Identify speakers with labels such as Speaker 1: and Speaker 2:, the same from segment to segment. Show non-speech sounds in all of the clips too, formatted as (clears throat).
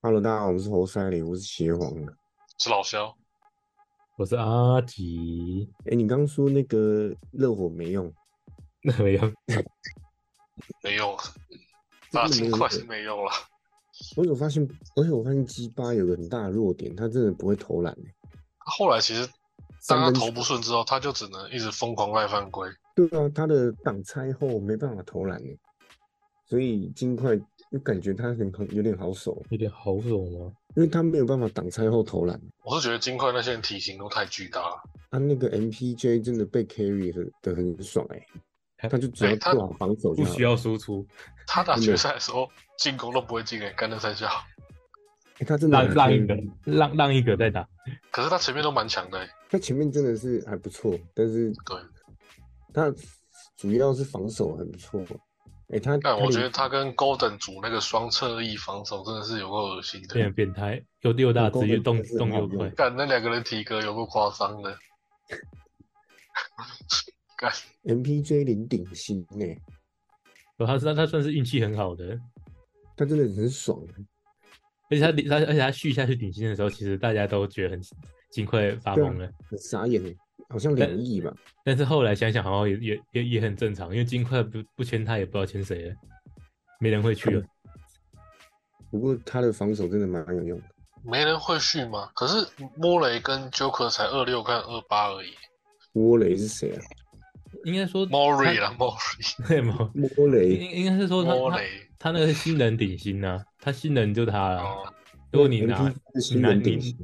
Speaker 1: Hello，大家好，我是侯赛林，我是邪皇。啊
Speaker 2: 是老肖，
Speaker 3: 我是阿吉， (laughs)
Speaker 1: 哎、你刚刚说那个热火没用，
Speaker 3: 那没有，
Speaker 2: 没用，啊打金块是没用了。
Speaker 1: 我有发现，而且我发现鸡巴有个很大的弱点，他真的不会投篮、欸、
Speaker 2: 后来其实
Speaker 1: 三
Speaker 2: 当
Speaker 1: 分
Speaker 2: 他投不顺之后，他就只能一直疯狂赖犯规。
Speaker 1: 对啊，他的挡拆后没办法投篮、欸、所以金块就感觉他很很有点好手，
Speaker 3: 有点好啊手吗？
Speaker 1: 因为他没有办法挡拆后投篮。
Speaker 2: 我是觉得金块那些人体型都太巨大了，
Speaker 1: 他那个 MPJ 真的被 carry 的的很爽哎、
Speaker 3: 哎他
Speaker 1: 他就只要
Speaker 2: 对他
Speaker 1: 做好防守就
Speaker 3: 不
Speaker 1: 好
Speaker 3: 需。要输出，
Speaker 2: 他打
Speaker 1: 真的
Speaker 2: 决赛的时候进攻都不会进诶，干那三下。
Speaker 1: 欸他真的
Speaker 3: 让
Speaker 1: 很
Speaker 3: 让
Speaker 1: carry
Speaker 3: 一个，让让一个再打，
Speaker 2: 可是他前面都蛮强的、欸，
Speaker 1: 他前面真的是还不错，但是
Speaker 2: 对。
Speaker 1: 他主要是防守很不错。哎、他
Speaker 2: 但我觉得
Speaker 1: 他
Speaker 2: 他跟 Golden 组那个双侧翼防守真的是有够恶心
Speaker 3: 有点
Speaker 2: 的。
Speaker 3: 变态，有六大
Speaker 1: 我
Speaker 3: 直
Speaker 1: 根
Speaker 3: 接
Speaker 1: 本
Speaker 3: 动
Speaker 1: 不是
Speaker 3: 动
Speaker 1: 很好
Speaker 3: 右快
Speaker 1: 用，
Speaker 2: 干那两个人体格有够夸张的，
Speaker 1: 连 MPJ 零顶薪哎、
Speaker 3: 哦他算他算是运气很好的，
Speaker 1: 他真的很爽。
Speaker 3: 而且他他而且他续下去顶薪的时候，其实大家都觉得很金块发
Speaker 1: 对啊
Speaker 3: 疯了，
Speaker 1: 很傻眼欸，好像两亿吧？
Speaker 3: 但是后来想想好像也也也也很正常，因为金块不不签他也不知道签谁了，没人会去了，
Speaker 1: 不过他的防守真的蛮有用的。
Speaker 2: 没人会续吗？可是莫雷跟 Joker 才二六跟二八而已。
Speaker 1: 莫雷是谁啊？
Speaker 3: 应该 (laughs) 说
Speaker 2: m o r
Speaker 3: 他
Speaker 2: y 啦 m o r
Speaker 3: 对吗？
Speaker 1: 莫雷，
Speaker 3: 应应该是说
Speaker 2: y
Speaker 3: 他
Speaker 2: m o
Speaker 3: 他
Speaker 2: r y
Speaker 3: 他那个是新人顶薪啊，他新人就他了。
Speaker 2: 哦，
Speaker 3: 如果你拿
Speaker 1: MPJ 是新人顶薪，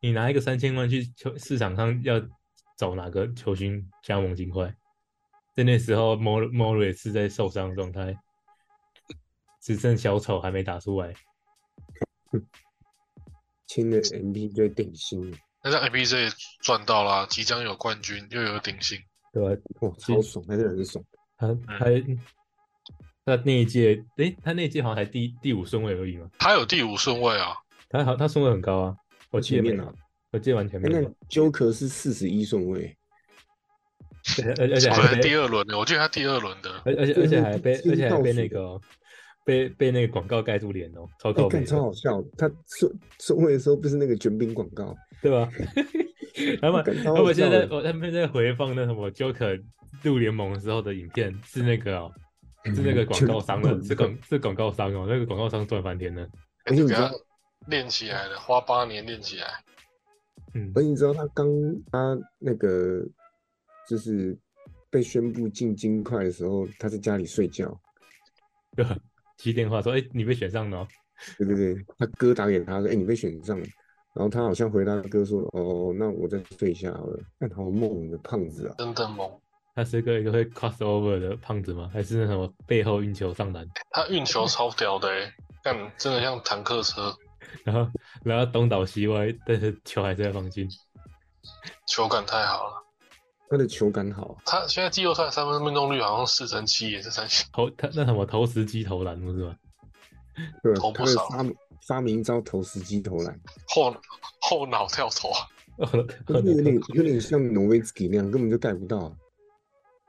Speaker 3: 你拿一个三千万去球市场上要找哪个球星加盟金块，在那时候 m o m o r 是在受伤的状态，只剩小丑还没打出来，
Speaker 1: 签了 MPJ 顶薪，
Speaker 2: 那像 MPJ 也赚到啦，即将有冠军，又有顶薪，
Speaker 3: 对吧？
Speaker 1: 哇，超爽，他真的很爽。
Speaker 3: 他
Speaker 1: 嗯
Speaker 3: 他他那一届，诶，他那一届好像才第第五顺位而已嘛，
Speaker 2: 他有第五顺位啊，
Speaker 3: 他好他顺位很高啊，我记得没
Speaker 1: 前面啊
Speaker 3: 有，我记得完全
Speaker 1: 哎
Speaker 3: 没
Speaker 1: 那
Speaker 3: 有，
Speaker 1: Joker 是四十一顺位，
Speaker 3: 而且而且
Speaker 2: 可
Speaker 3: 还
Speaker 2: 能第
Speaker 3: 被
Speaker 2: 二轮的，我记得他第二轮的，
Speaker 3: 而而且
Speaker 1: 对
Speaker 3: 而且
Speaker 1: 那
Speaker 3: 还被
Speaker 1: 第
Speaker 3: 而且还被
Speaker 1: 倒
Speaker 3: 那
Speaker 1: 数
Speaker 3: 个哦被被那个广告盖住脸哦，超
Speaker 1: 哎，
Speaker 3: 搞
Speaker 1: 看
Speaker 3: 笑。
Speaker 1: 超好笑。他顺顺位的时候不是那个卷饼广告，
Speaker 3: 对吧？他们
Speaker 1: 感觉
Speaker 3: 他
Speaker 1: 好
Speaker 3: 们现在
Speaker 1: 哦笑
Speaker 3: 我他们在回放那什么 Joker 入联盟的时候的影片，是那个、哦、是那个广告商
Speaker 1: 嗯
Speaker 3: 的，是广是广告商哦，那个广告商赚翻天了。
Speaker 1: 而且哎
Speaker 2: 给
Speaker 1: 你知道
Speaker 2: 他练起来了，花八年练起来，
Speaker 3: 嗯
Speaker 1: 而，且你知道他刚他那个就是被宣布进金块的时候，他在家里睡觉。
Speaker 3: 对吧？接电话说，哎、你被选上了、哦，
Speaker 1: 对对对，他哥打给他说：“哎、你被选上了。”然后他好像回他哥说：“哦，那我再睡一下好了。”看好猛你的胖子啊！
Speaker 2: 真的猛。
Speaker 3: 他是个一个会 cross over 的胖子吗？还是那什么背后运球上篮？
Speaker 2: 他运球超屌的、欸，干真的像坦克车，
Speaker 3: 然后然后东倒西歪，但是球还是在放进。
Speaker 2: 球感太好了。
Speaker 1: 他的球感好，啊
Speaker 2: 他现在季后赛三分命中率好像四成七，也是三星。
Speaker 3: 投他那什么投石机投篮不是吗？
Speaker 1: 对，
Speaker 2: 投不
Speaker 1: 他的
Speaker 2: 少
Speaker 1: 发明发明一招投石机投篮，
Speaker 2: 后后脑跳投啊，
Speaker 3: 哦
Speaker 1: 就是 (laughs) 有点有点像诺维斯基那样，根本就盖不到，啊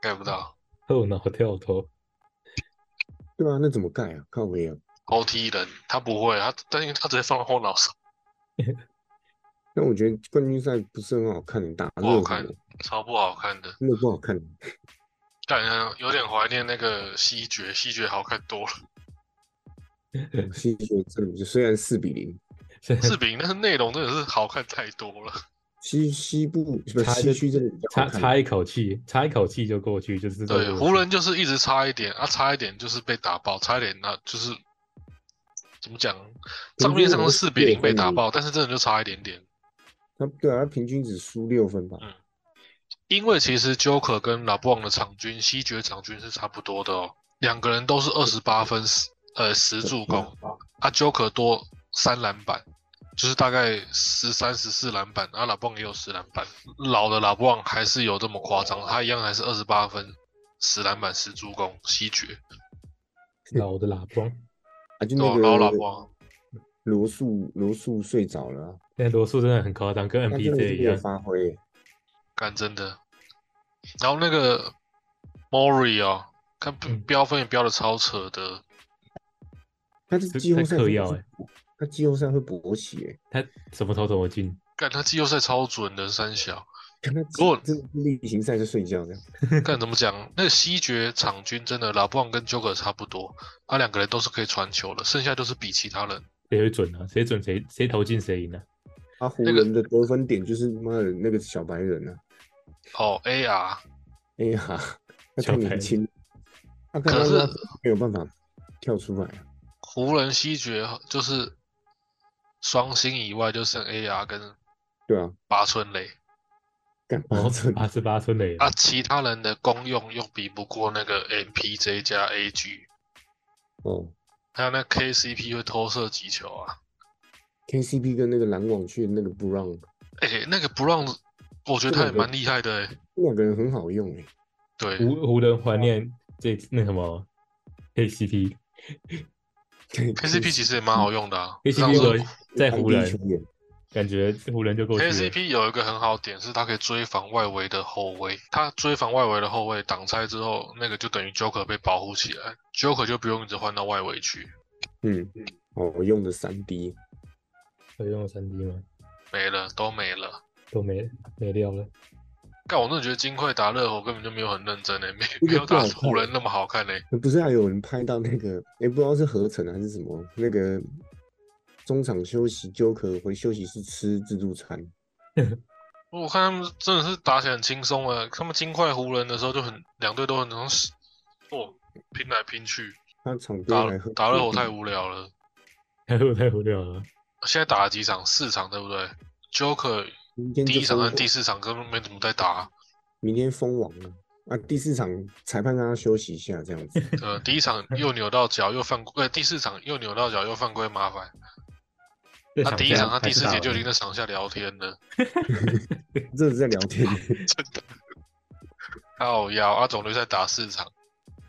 Speaker 2: 盖不到，
Speaker 3: 后脑跳投，
Speaker 1: 对吧、啊？那怎么盖啊？靠没有，
Speaker 2: 高踢人他不会，他但因为他直接放到后脑勺，
Speaker 1: 那我觉得冠军赛不是很好看，打
Speaker 2: 不好
Speaker 1: 热火
Speaker 2: 看超不好看的。
Speaker 1: 真的不好看。
Speaker 2: 感觉有点怀念那个西决，西决好看多了。
Speaker 1: 西决真的就虽然四比零，
Speaker 3: 虽然
Speaker 2: 视频，但是内容真的是好看太多了。
Speaker 1: 西西部不是
Speaker 3: 差一
Speaker 1: 西
Speaker 3: 个
Speaker 1: 区真的比较
Speaker 3: 差
Speaker 1: 好看
Speaker 3: 差一口气，差一口气就过去，就是这
Speaker 2: 对，
Speaker 3: 个
Speaker 2: 湖人就是一直差一点啊，差一点就是被打爆，差一点那就是怎么讲，账面上是四比零被打爆，但是真的就差一点点。
Speaker 1: 他对啊，他平均只输六分吧？
Speaker 2: 因为其实 Joker 跟 l a b r o n 的场均西决场均是差不多的哦，两个人都是二十八分十呃十助攻，啊 Joker 多三篮板，就是大概十三十四篮板，啊 l a b r o n 也有十篮板，老的 l a b r o n 还是有这么夸张，他一样还是二十八分十篮板十助攻西决，
Speaker 3: 老的喇叭。
Speaker 1: 啊，就
Speaker 2: 对
Speaker 1: 那
Speaker 2: 啊，老 l a
Speaker 1: 个
Speaker 2: b r o n
Speaker 1: 罗素，罗素睡着了啊，
Speaker 3: 现在罗素真的很夸张，跟
Speaker 1: 他真的是
Speaker 3: NPJ 一
Speaker 1: 没有
Speaker 3: 样。
Speaker 1: 发挥。欸
Speaker 2: 干真的。然后那个 Mori 哦，看
Speaker 3: 嗯
Speaker 2: 标分也标的超扯的，
Speaker 1: 他这
Speaker 3: 这
Speaker 1: 季后
Speaker 3: 这
Speaker 1: 赛
Speaker 3: 嗑
Speaker 1: 真的
Speaker 3: 药
Speaker 1: 是
Speaker 3: 欸
Speaker 1: 他季后赛会勃起欸耶、
Speaker 3: 他什么投怎么进，
Speaker 2: 干他季后赛超准的
Speaker 1: (laughs)
Speaker 2: 三小，
Speaker 1: 看他
Speaker 2: 如果
Speaker 1: 真的是例行赛就睡觉这样，
Speaker 2: 干怎么讲？那个西决场均真的老布朗跟 Joker 差不多，他两个人都是可以传球的，剩下就是比其他人。
Speaker 3: 谁会准啊？谁准谁谁投进谁赢
Speaker 1: (laughs)
Speaker 3: 啊？
Speaker 1: 他湖
Speaker 2: 那个
Speaker 1: 人的得分点就是妈的那个小白人啊，
Speaker 2: 哦，AR
Speaker 1: 哎呀，他太
Speaker 3: 小白
Speaker 1: 年
Speaker 3: 人
Speaker 1: 轻，啊他看
Speaker 2: 可
Speaker 1: 他
Speaker 2: 是
Speaker 1: 他没有办法跳出来啊，
Speaker 2: 湖人西决就是双星以外就剩 AR 跟
Speaker 1: 对啊，
Speaker 2: 八村垒，
Speaker 1: 干
Speaker 3: 哦
Speaker 1: 嘛这？
Speaker 3: 八十八村垒
Speaker 2: 啊，其他人的功用又比不过那个 MPJ 加 AG，
Speaker 1: 哦
Speaker 2: 还有那 KCP 会偷射击球啊。
Speaker 1: ，KCP 跟那个篮网去那个 Brown
Speaker 2: 哎、那个 Brown，我觉得他也蛮厉害的、欸。
Speaker 1: 两个人很好用哎、
Speaker 2: 对，
Speaker 3: 湖湖人怀念这那什么 KCP
Speaker 1: 欸、
Speaker 2: KCP 其实也蛮好用的啊。上
Speaker 3: KCP 如果
Speaker 2: 次
Speaker 3: 在湖
Speaker 1: 球
Speaker 3: 人，
Speaker 1: 员，
Speaker 3: 感觉湖人就过去了。
Speaker 2: KCP 有一个很好的点是，他可以追防外围的后卫，他追防外围的后卫挡拆之后，那个就等于 Joker 被保护起来，Joker 就不用一直换到外围去，
Speaker 1: 嗯，哦，我用的三 D，
Speaker 3: 有用三 D 吗？
Speaker 2: 没了都没了。
Speaker 3: 都没没
Speaker 2: (laughs)
Speaker 3: 料了。
Speaker 2: 但我真的觉得金块打热火根本就没有很认真诶、欸没
Speaker 1: 那个
Speaker 2: 没有
Speaker 1: 不
Speaker 2: 打
Speaker 1: 好看
Speaker 2: 湖人那么好看诶、欸
Speaker 1: 不是还有人拍到那个，哎、不知道是合成还是什么，那个中场休息 Joker 回休息室吃自助餐，
Speaker 2: 我看他们真的是打起来很轻松啊，他们金块湖人的时候就很两队都很能哦拼来拼去，
Speaker 1: 他场边
Speaker 2: 打
Speaker 1: 还喝
Speaker 2: 打热火
Speaker 1: 啤酒
Speaker 2: 太无聊了。
Speaker 3: 太无太无聊了，
Speaker 2: 现在打了几场？四场对不对？Joker
Speaker 1: 明天
Speaker 2: 第
Speaker 1: 就
Speaker 2: 一场
Speaker 1: 封
Speaker 2: 跟第四场根本没怎么在打，
Speaker 1: 明天封王了啊！第四场裁判让他休息一下，这样子。 (laughs)
Speaker 2: 呃，第一场又扭到脚又犯规，呃，第四场又扭到脚又犯规，麻烦。
Speaker 3: 这
Speaker 2: 他、
Speaker 3: 场
Speaker 2: 第一
Speaker 3: 下
Speaker 2: 场他
Speaker 3: 还
Speaker 2: 第
Speaker 3: 是
Speaker 2: 四
Speaker 3: 打
Speaker 2: 节就已
Speaker 3: 完
Speaker 2: 经在场下聊天了，
Speaker 1: 这是在聊天，
Speaker 2: 真的。靠腰啊，总决赛打四场，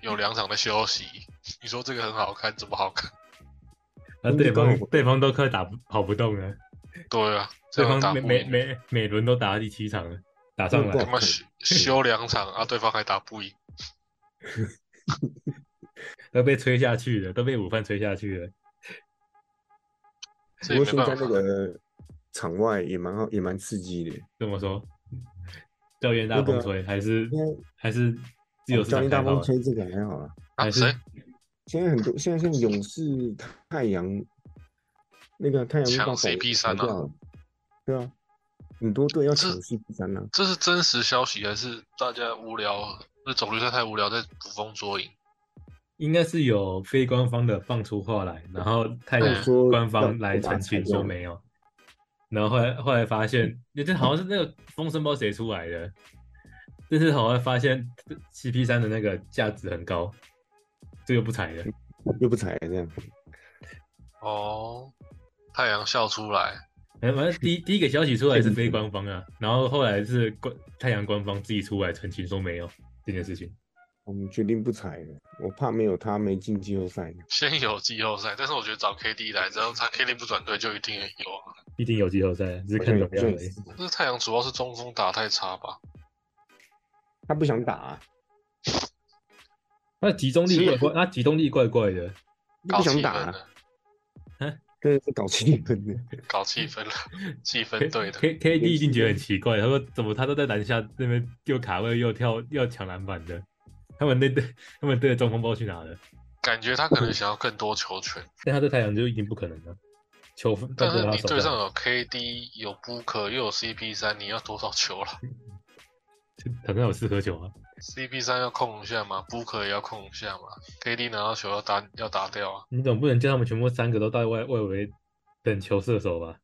Speaker 2: 有两场在休息。 (laughs) 你说这个很好看，怎么好看？ (laughs)
Speaker 3: 啊，对方对方都快打不跑不动了，
Speaker 2: 对啊，这
Speaker 3: 对
Speaker 2: 样打
Speaker 3: 方
Speaker 2: 不
Speaker 3: 每每
Speaker 2: 赢，
Speaker 3: 每每轮都打到第七场了，打上
Speaker 1: 对
Speaker 2: 他
Speaker 3: 来
Speaker 1: 吧
Speaker 2: 妈
Speaker 3: (clears throat)
Speaker 2: 休休两场啊，对方还打不赢。
Speaker 3: 都被吹下去了，都被午饭吹下去了。
Speaker 2: 这
Speaker 1: 不过
Speaker 2: 也没
Speaker 1: 现
Speaker 2: 办
Speaker 1: 在
Speaker 2: 法。
Speaker 1: 那个场外也蛮好，也蛮刺激的。
Speaker 3: 这么说，教练大
Speaker 1: 那个
Speaker 3: 风吹还是
Speaker 1: 现在
Speaker 3: 还是自由
Speaker 1: 哦
Speaker 3: 市
Speaker 1: 教
Speaker 3: 场
Speaker 1: 练大
Speaker 3: 开
Speaker 1: 风
Speaker 3: 炮，
Speaker 1: 吹这个还好啦。
Speaker 2: 啊，
Speaker 3: 还是
Speaker 2: 谁？
Speaker 1: 现在很多，现在像勇士、太阳，那个太阳
Speaker 2: 抢
Speaker 1: 把保
Speaker 2: CP3
Speaker 1: 裁掉
Speaker 2: 啊
Speaker 1: 了，对啊，很多队要抢
Speaker 2: 这
Speaker 1: CP 三啊。
Speaker 2: 这是真实消息还是大家无聊？那总决赛太无聊，在捕风捉影。
Speaker 3: 应该是有非官方的放出话来，然后太
Speaker 2: 嗯
Speaker 3: 阳
Speaker 1: 说
Speaker 3: 官方
Speaker 1: 要
Speaker 3: 来
Speaker 1: 把它
Speaker 3: 澄
Speaker 1: 裁
Speaker 3: 清
Speaker 1: 掉
Speaker 3: 说没有，然后后来后来发现，也就好像是那个风声不知道谁出来的，但是好像发现 CP 三的那个价值很高，这个不裁了，
Speaker 1: 又不裁这样，
Speaker 2: 哦，太阳笑出来，
Speaker 3: 反正第一第一个消息出来是非官方啊，然后后来是官太阳官方自己出来澄清说没有这件事情，
Speaker 1: 我们决定不裁了，我怕没有他没进季后赛。
Speaker 2: 先有季后赛，但是我觉得找 KD 来，只要他 KD 不转队，就一定有啊。
Speaker 3: 一定有季后赛，只是
Speaker 1: 好
Speaker 3: 看
Speaker 1: 像
Speaker 3: 怎
Speaker 1: 有
Speaker 3: 么样而
Speaker 1: 这
Speaker 3: 已。
Speaker 1: 种
Speaker 2: 但是太阳主要是中锋打太差吧？
Speaker 1: 他不想打、啊，
Speaker 3: 那集中
Speaker 2: 其
Speaker 3: 力
Speaker 2: 实
Speaker 3: 怪怪，那集中力怪怪的，
Speaker 1: 他
Speaker 2: 搞
Speaker 1: 不想
Speaker 2: 气
Speaker 1: 打、
Speaker 2: 氛
Speaker 1: 啊，
Speaker 2: 了，
Speaker 1: 真的是搞气氛的。
Speaker 2: 搞气氛了， (laughs) 气氛对的。
Speaker 3: K K D
Speaker 1: 年
Speaker 3: 一定
Speaker 1: 轻
Speaker 3: 觉得
Speaker 1: 人
Speaker 3: 很奇怪，他说怎么他都在篮下那边又卡位又跳又抢篮板的，他们那队他们队的中锋不知道去哪了，
Speaker 2: 感觉他可能想要更多球权，
Speaker 3: 但他对太阳就已经不可能了，球分
Speaker 2: 但
Speaker 3: 都在
Speaker 2: 是
Speaker 3: 他
Speaker 2: 你
Speaker 3: 手
Speaker 2: 队上
Speaker 3: 上，
Speaker 2: 有 KD、有 Booker 又有 CP 3你要多少球了 (laughs)
Speaker 3: 场上有四颗球啊，
Speaker 2: ？CP 3要控一下嘛，Booker 也要控一下嘛，KD 拿到球要打要打掉啊。
Speaker 3: 你总不能叫他们全部三个都到外外围等球射手吧？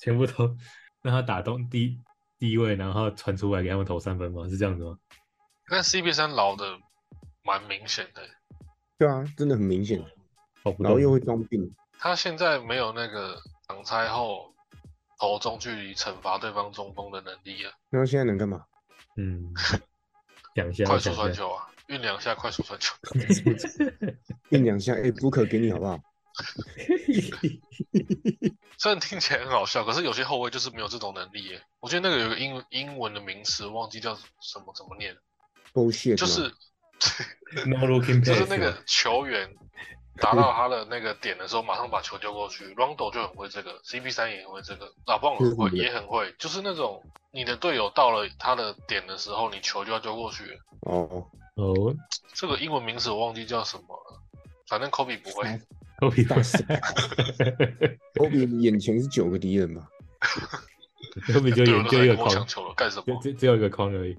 Speaker 3: 全部都 (laughs) 让他打动第第一位，然后传出来给他们投三分吗？是这样子吗？
Speaker 2: 但 CP 3老的蛮明显的，
Speaker 1: 对啊，真的很明
Speaker 3: 嗯
Speaker 1: 显，
Speaker 3: 跑不
Speaker 1: 然
Speaker 3: 啊
Speaker 1: 后
Speaker 3: 动，
Speaker 1: 又会装病，
Speaker 2: 他现在没有那个挡拆后投中距离惩罚对方中锋的能力啊了，
Speaker 1: 那他现在能干嘛？
Speaker 3: 嗯，想一下，
Speaker 2: 快
Speaker 3: 想
Speaker 2: 速
Speaker 3: 一
Speaker 2: 传
Speaker 3: 下，
Speaker 2: 球啊，运两下快速传球， (laughs)
Speaker 1: 酝两下，哎、b o o k e r 给你好不好？
Speaker 2: 虽然听起来很好笑，可是有些后卫就是没有这种能力耶。我觉得那个有个英文英文的名词，忘记叫什么怎么念，
Speaker 1: bullshit，
Speaker 2: 就
Speaker 1: 吗
Speaker 2: 是
Speaker 3: no looking
Speaker 2: 就是
Speaker 3: pass
Speaker 2: 那
Speaker 3: 嘛
Speaker 2: 个球员达到他的那个点的时候，马上把球丢过去。Rondo 就很会这个，CP 三也很会这个，老棒很会
Speaker 1: 嗯
Speaker 2: 也很会，就是那种你的队友到了他的点的时候，你球就要丢过去。
Speaker 1: 哦，
Speaker 3: 哦，
Speaker 2: 这个英文名词我忘记叫什么了，反正 Kobe 不会。
Speaker 3: 科 (laughs) 比不
Speaker 1: 大神 (laughs)
Speaker 3: 在， (laughs)
Speaker 1: 我比眼前是九个敌人
Speaker 2: (laughs)
Speaker 1: 吧？
Speaker 3: 科比
Speaker 2: 队
Speaker 3: 就有
Speaker 2: 友都
Speaker 3: 就
Speaker 2: 来
Speaker 3: 一个
Speaker 2: 跟我
Speaker 3: 框
Speaker 2: 抢，球了，干什
Speaker 3: 就
Speaker 2: 么？
Speaker 3: 只只有一个框而已。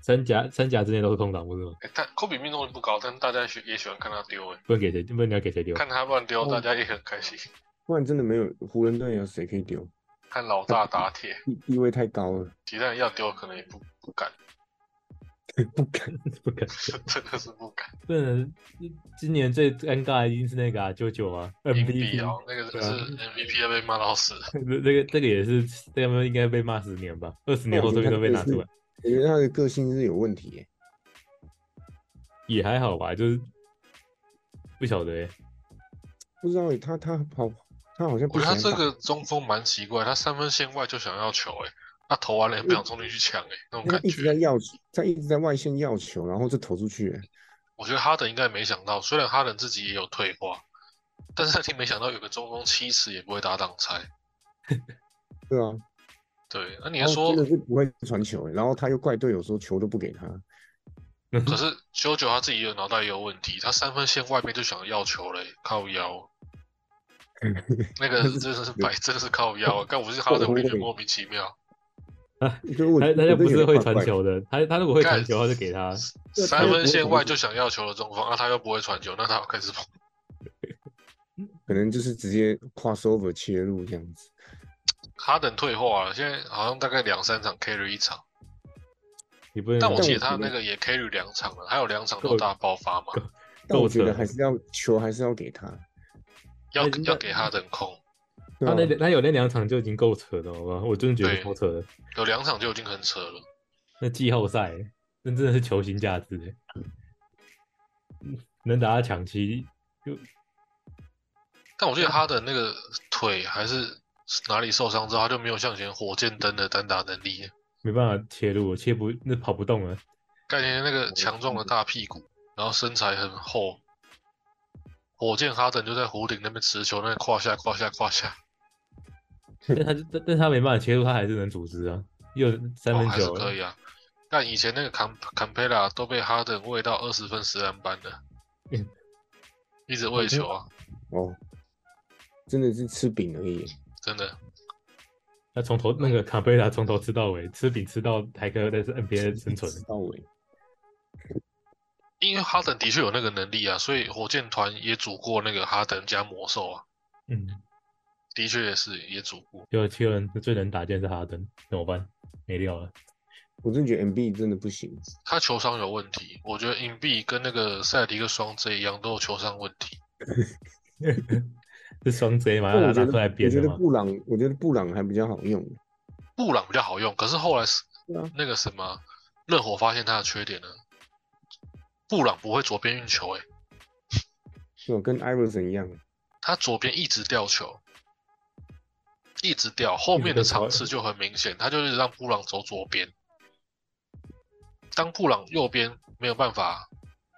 Speaker 3: 三甲三甲之内都是空档，不是吗？
Speaker 2: 诶哎但 Kobe 命中率不高，但大家喜也喜欢看他丢、诶哎
Speaker 3: 不能给谁，不能你要给谁丢。
Speaker 2: 看他乱丢，
Speaker 1: 哦
Speaker 2: 大家也很开心。
Speaker 1: 不然真的没有湖人队有谁可以丢，
Speaker 2: 看老大打铁，
Speaker 1: 地地位太高了， (laughs)
Speaker 2: 其他人要丢可能也不不敢， (laughs)
Speaker 1: 不
Speaker 3: (laughs)
Speaker 1: 敢。
Speaker 3: (laughs) 不敢，
Speaker 2: 真的是不敢。
Speaker 3: 不能。今年最尴尬的一定是那个啊，九九啊
Speaker 2: 硬币
Speaker 3: ，MVP，
Speaker 2: 哦，那个真
Speaker 1: 啊
Speaker 2: 是 MVP 要被骂到死。
Speaker 3: 这这个这个也是，这个应该被骂十年吧，二十年后
Speaker 1: 哦
Speaker 3: 说不定都被拿出来。
Speaker 1: 我觉得他的个性是有问题耶，
Speaker 3: 也还好吧，就是不晓得欸、
Speaker 1: 不知道耶他他好他好像不啊
Speaker 2: 我觉得他
Speaker 1: 喜
Speaker 2: 这
Speaker 1: 欢打
Speaker 2: 个中锋蛮奇怪，他三分线外就想要球、诶他投完了也不想冲进去抢，诶那种
Speaker 1: 他
Speaker 2: 感
Speaker 1: 一直在
Speaker 2: 觉。
Speaker 1: 要，他一直在外线要球，然后就投出去耶。
Speaker 2: 我觉得哈登应该没想到，虽然哈登自己也有退化，但是他听没想到有个中锋七尺也不会打挡拆。
Speaker 1: 对啊，
Speaker 2: 对，那、你还
Speaker 1: 然后
Speaker 2: 说
Speaker 1: 真，的是不会传球耶，然后他又怪队友说球都不给他，
Speaker 2: 可是九九他自己也有脑袋也有问题，他三分线外面就想要球嘞，
Speaker 1: (laughs)
Speaker 2: 靠腰。那个真的是白，真的是靠腰啊！但我是哈登，我就觉得莫名其妙。
Speaker 1: 所以我
Speaker 3: 欸他他
Speaker 1: 我真的
Speaker 3: 就不
Speaker 1: 有
Speaker 3: 是
Speaker 1: 点
Speaker 3: 会
Speaker 1: 怪
Speaker 3: 传
Speaker 1: 怪的
Speaker 3: 球的，他他如果会传球，他就给他。
Speaker 2: 三分线外就想要球的中锋，啊，他又不会传球，那他要干什么？
Speaker 1: 可能就是直接 crossover 切入这样子。
Speaker 2: 哈登退化啊了，现在好像大概两三场 carry 一场，
Speaker 3: 你不能
Speaker 2: 但我
Speaker 1: 但
Speaker 2: 记
Speaker 1: 我
Speaker 2: 得他
Speaker 1: 觉得
Speaker 2: 那个也 carry 两场了，还有两场都大爆发嘛，
Speaker 1: 但我觉
Speaker 3: 够
Speaker 1: 得
Speaker 3: 扯
Speaker 1: 还是要球还是要给他。
Speaker 2: 要
Speaker 3: 已经在
Speaker 2: 要给哈登控，
Speaker 1: 对
Speaker 3: 他
Speaker 1: 啊
Speaker 3: 那他有那两场就已经够扯了，好吧？我真的觉得
Speaker 2: 对
Speaker 3: 超扯的。
Speaker 2: 有两场就已经很扯了。
Speaker 3: 那季后赛那真的是球星价值欸，能打到抢七就
Speaker 2: 但我记得哈登那个腿还是哪里受伤之后，他就没有像以前火箭灯的单打能力，
Speaker 3: 没办法切入，切不那跑不动了。
Speaker 2: 感觉那个强壮的大屁股，然后身材很厚。火箭哈登就在弧顶那边持球，那边胯下胯下胯下，
Speaker 3: 但他就但但他没办法切入，他还是能组织啊，又三
Speaker 2: 哦
Speaker 3: 分
Speaker 2: 还是
Speaker 3: 球，
Speaker 2: 可以啊。但以前那个坎坎佩拉都被哈登喂到二十分十篮板的
Speaker 3: 嗯，
Speaker 2: 一直喂球啊，
Speaker 1: 哦，真的是吃饼而已。
Speaker 2: 真的。
Speaker 3: 他从头那个卡贝拉从头吃到尾，吃饼吃到还可以在 NBA
Speaker 2: (laughs)
Speaker 3: 生存。
Speaker 1: 到尾，
Speaker 2: 因为哈登的确有那个能力啊，所以火箭团也组过那个哈登加魔兽啊，
Speaker 3: 嗯，
Speaker 2: 的确也是也组过。
Speaker 3: 就七人最能打，竟然是哈登，怎么办？没料了。 (laughs)
Speaker 1: 我真的觉得 MB 真的不行。
Speaker 2: 他球商有问题，我觉得隐蔽跟那个塞尔迪克双 J 一样都有球商问题。
Speaker 3: 是双 J 嘛？
Speaker 1: 但我
Speaker 3: 要拿
Speaker 1: 觉
Speaker 3: 拿出来
Speaker 1: 得
Speaker 3: 编
Speaker 1: 我觉
Speaker 3: 的
Speaker 1: 得
Speaker 3: 嘛？
Speaker 1: 布朗，我觉得布朗还比较好用。
Speaker 2: 布朗比较好用，可是后来是
Speaker 1: 对啊
Speaker 2: 那个什么热火发现他的缺点了，布朗不会左边运球、欸，诶，
Speaker 1: 就跟 Iverson 一样，
Speaker 3: 哦
Speaker 2: 他左边一直掉球，一直掉，后面的场次就很明显，他就是让布朗走左边。当布朗右边没有办法，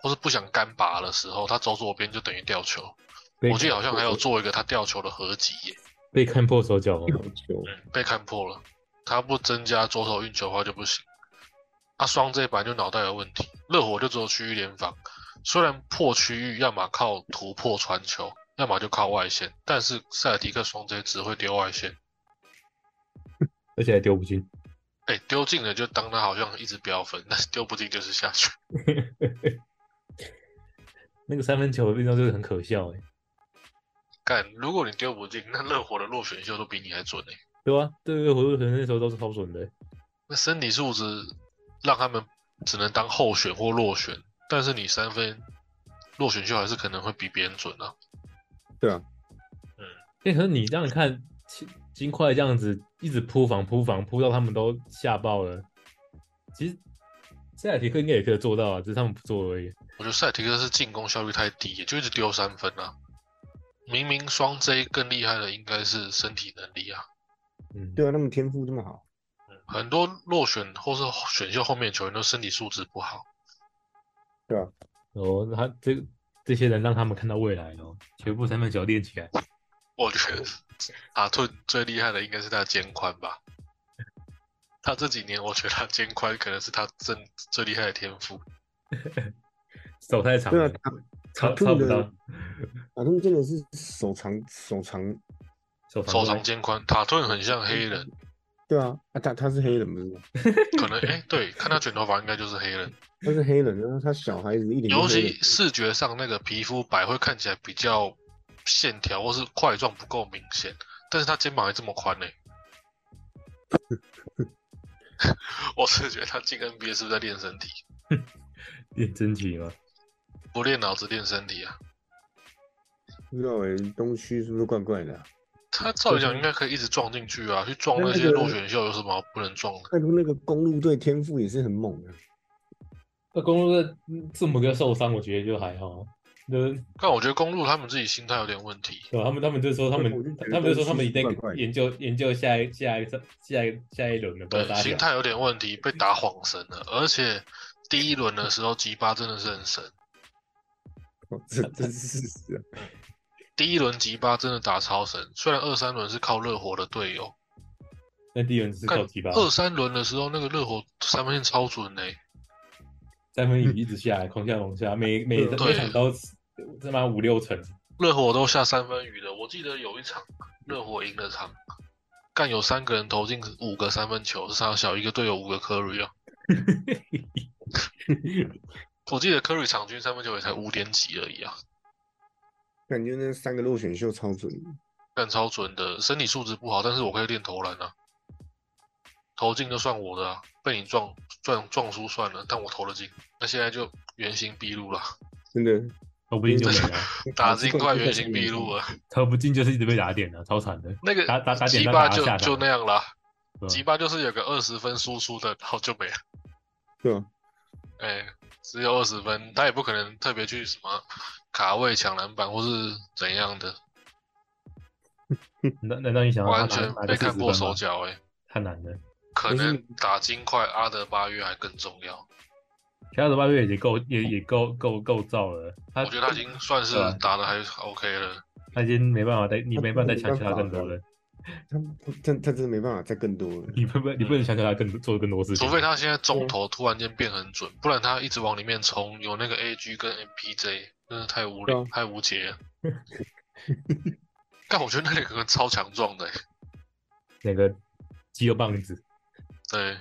Speaker 2: 或是不想干拔的时候，他走左边就等于掉球。
Speaker 3: 被
Speaker 2: 我记得好像还有做一个他掉球的合集耶，
Speaker 3: 被看破手脚哦，
Speaker 1: 有球
Speaker 2: 嗯，被看破了。他不增加左手运球的话就不行。他双 J 本来就脑袋有问题，热火就只有区域联防，虽然破区域要么靠突破传球，要么就靠外线，但是塞尔迪克双 J 只会丢外线，
Speaker 3: 而且还丢不进。
Speaker 2: 哎，丢进了就当他好像一直飙分，但是丢不进就是下去。
Speaker 3: 那个三分球的命中就是很可笑哎、
Speaker 2: 干，如果你丢不进，那热火的落选秀都比你还准哎、
Speaker 3: 对啊，对对，回合那时候都是超准的欸、
Speaker 2: 那身体素质让他们只能当候选或落选，但是你三分落选秀还是可能会比别人准啊。
Speaker 1: 对啊，
Speaker 3: 哎、可是你这样看，金金块这样子一直扑防扑防扑到他们都吓爆了。其实塞尔提克应该也可以做到啊，只是他们不做而已。
Speaker 2: 我觉得塞尔提克是进攻效率太低，也就一直丢三分啊。明明双 J 更厉害的应该是身体能力啊。
Speaker 3: 嗯，
Speaker 1: 对啊，他们天赋这么好，
Speaker 2: 很多落选或是选秀后面的球员都身体素质不好，
Speaker 1: 对啊，
Speaker 3: 哦，他这个这些人让他们看到未来哦，全部三分球练起来。
Speaker 2: 我觉 (laughs) 得塔顿最厉害的应该是他的肩宽吧。他这几年，我觉得他肩宽可能是他真最厉害的天赋。
Speaker 3: 手太长
Speaker 1: 对啊
Speaker 3: 了，，
Speaker 1: 塔
Speaker 3: 超
Speaker 1: 塔
Speaker 3: 超
Speaker 1: 顿
Speaker 3: 不
Speaker 1: 的
Speaker 3: 到
Speaker 1: 塔顿真的是手长手长，
Speaker 3: 手长
Speaker 2: 手
Speaker 3: 过来
Speaker 2: 长肩宽，塔顿很像黑
Speaker 1: (laughs)
Speaker 2: 人，
Speaker 1: 对啊，啊他他是黑人不是吗？
Speaker 2: 可能哎、对，看他卷头发应该就是黑人，
Speaker 1: 他是黑人，然后他小孩子一点
Speaker 2: 尤其视觉上那个皮肤白会看起来比较线条或是块状不够明显，但是他肩膀还这么宽呢、 (laughs) 我是觉得他进 NBA 是不是在练身体？
Speaker 3: 练真体吗？
Speaker 2: 不练脑子练身体啊？
Speaker 1: 不知道哎、东区是不是怪怪的、啊？
Speaker 2: 他照理讲应该可以一直撞进去啊，去撞
Speaker 1: 但
Speaker 2: 那
Speaker 1: 那
Speaker 2: 些
Speaker 1: 个
Speaker 2: 落选秀有什么不能撞的？
Speaker 1: 拜托那个公路队天赋也是很猛啊的、
Speaker 3: 那公嗯路的字母哥受伤，我觉得就还好。啊就是
Speaker 2: 但我觉得公路他们自己心态有点问题，
Speaker 3: 对吧他们他们就说他们
Speaker 1: 我就觉得
Speaker 3: 他们就说他们一定
Speaker 1: 怪怪的
Speaker 3: 研究研究下一下一下一下一轮的，不知
Speaker 2: 对
Speaker 3: 道，打
Speaker 2: 心态有点问题，被打晃神了。而且第一轮的时候，吉巴真的是很神，
Speaker 1: 哦，这这是事实啊。
Speaker 2: 第一轮吉巴真的打超神。虽然二三轮是靠热火的队友，
Speaker 3: 那第一轮只是靠
Speaker 2: 看
Speaker 3: 提拔，
Speaker 2: 二三轮的时候那个热火三分线超准诶、
Speaker 3: 三分雨一直下来，狂下猛下，每每
Speaker 1: 对
Speaker 3: 每场都他妈五六成，
Speaker 2: 热火都下三分雨的。我记得有一场热火赢了场，干有三个人投进五个三分球，是他小一个队友五个科瑞啊。我记得科瑞场均三分球也才五点几而已啊，
Speaker 1: 感觉那三个落选秀超准，
Speaker 2: 干超准的。身体素质不好，但是我可以练投篮啊，投进就算我的啊，被你撞撞撞输算了，但我投了进。那现在就原形毕露了，
Speaker 1: 真的
Speaker 3: 投不进就没 (laughs) 了，
Speaker 2: 打进快原形毕露了。
Speaker 3: 投不进就是一直被打点了，超惨的。
Speaker 2: 那个
Speaker 3: 打打打点
Speaker 2: 吉
Speaker 3: 到
Speaker 2: 巴
Speaker 3: 打到
Speaker 2: 就
Speaker 3: 下场
Speaker 2: 就那样啦，
Speaker 3: 对吧
Speaker 2: 吉巴就是有个二十分输出的，然后就没了。
Speaker 1: 对啊吧？
Speaker 2: 哎、只有二十分，他也不可能特别去什么卡位抢篮板或是怎样的，
Speaker 3: 难难道你想要
Speaker 2: 完
Speaker 3: 他拿
Speaker 2: 全
Speaker 3: 拿个
Speaker 2: 被
Speaker 3: 四
Speaker 2: 看
Speaker 3: 十
Speaker 2: 破
Speaker 3: 分
Speaker 2: 手
Speaker 3: 吗？
Speaker 2: 脚。哎，
Speaker 3: 太难了，
Speaker 2: 可
Speaker 1: 可是
Speaker 2: 能打金块阿德巴约还更重要。
Speaker 3: 其他的外援也够也也够够够造了，他
Speaker 2: 我觉得他已经算是
Speaker 3: 对啊
Speaker 2: 打的还 OK 了。
Speaker 3: 他已经没办法再你
Speaker 1: 他
Speaker 3: 没办法再
Speaker 1: 没
Speaker 3: 强
Speaker 1: 办
Speaker 3: 求他
Speaker 1: 法
Speaker 3: 更多
Speaker 1: 了
Speaker 3: 了，
Speaker 1: 他他他真的没办法再更多了。
Speaker 3: 你不不你不能强求他更多做更多事情，
Speaker 2: 除非他现在中投突然间变很准，不然他一直往里面冲，有那个 AG 跟 MPJ，真的太无
Speaker 1: 对
Speaker 2: 聊、
Speaker 1: 啊
Speaker 2: 太无
Speaker 1: (laughs)
Speaker 2: 解了。但我觉得那两个人超强壮的、欸，
Speaker 3: 那个肌肉棒子，
Speaker 2: 对，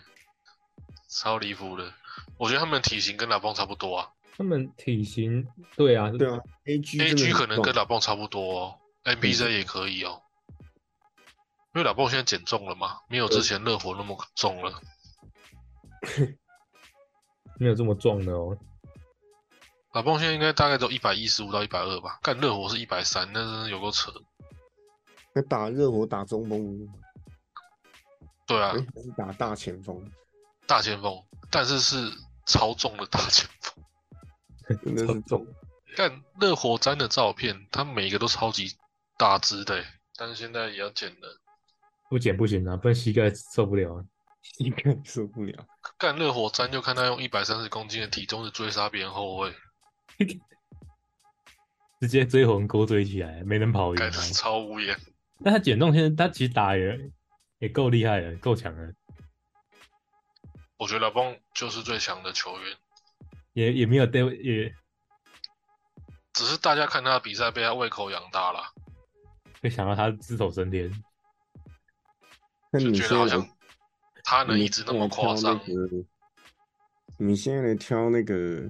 Speaker 2: 超离谱的。我觉得他们的体型跟老棒差不多啊
Speaker 3: 他们体型对啊
Speaker 1: 对啊，A G
Speaker 2: ，A G 可能跟
Speaker 1: 到
Speaker 2: 老棒差不多哦，M P Z 也可以哦。因为老棒现在减重了嘛，没有之前热火那么重了。
Speaker 3: 没有这么壮的哦，
Speaker 2: 老棒现在应该大概都一百一十五到一百二吧，干热火是一百三，那真是有够扯。
Speaker 1: 那打热火打中锋，
Speaker 2: 对啊，
Speaker 1: 哎、还是打大前
Speaker 3: (laughs)
Speaker 1: 锋，
Speaker 2: 大前锋，但是是超重的大前锋。
Speaker 1: 真的是
Speaker 3: 重，
Speaker 2: 看热火詹的照片，他每一个都超级大只的欸，但是现在也要减了。
Speaker 3: 不减不行啊，不然膝盖受不了啊。
Speaker 1: 应该 (laughs) 受不了。
Speaker 2: 干热火詹就看他用一百三十公斤的体重去追杀别人后卫，
Speaker 3: 直接追魂钩追起来，没人跑赢
Speaker 2: 感
Speaker 3: 啊
Speaker 2: 觉。超无言。
Speaker 3: 但他减重现在他其实打也也够厉害了，够强了，
Speaker 2: 我觉得老邦就是最强的球员，
Speaker 3: 也也没有对也
Speaker 2: 只是大家看他的比赛被他胃口养大了，
Speaker 3: 会想到他自首升天。
Speaker 1: 那
Speaker 2: 就
Speaker 1: 你
Speaker 2: 觉
Speaker 1: 现
Speaker 2: 得好
Speaker 1: 在来
Speaker 2: 像他能
Speaker 1: 你
Speaker 2: 一直那么夸张。
Speaker 1: 现在来挑那个你现在来挑那个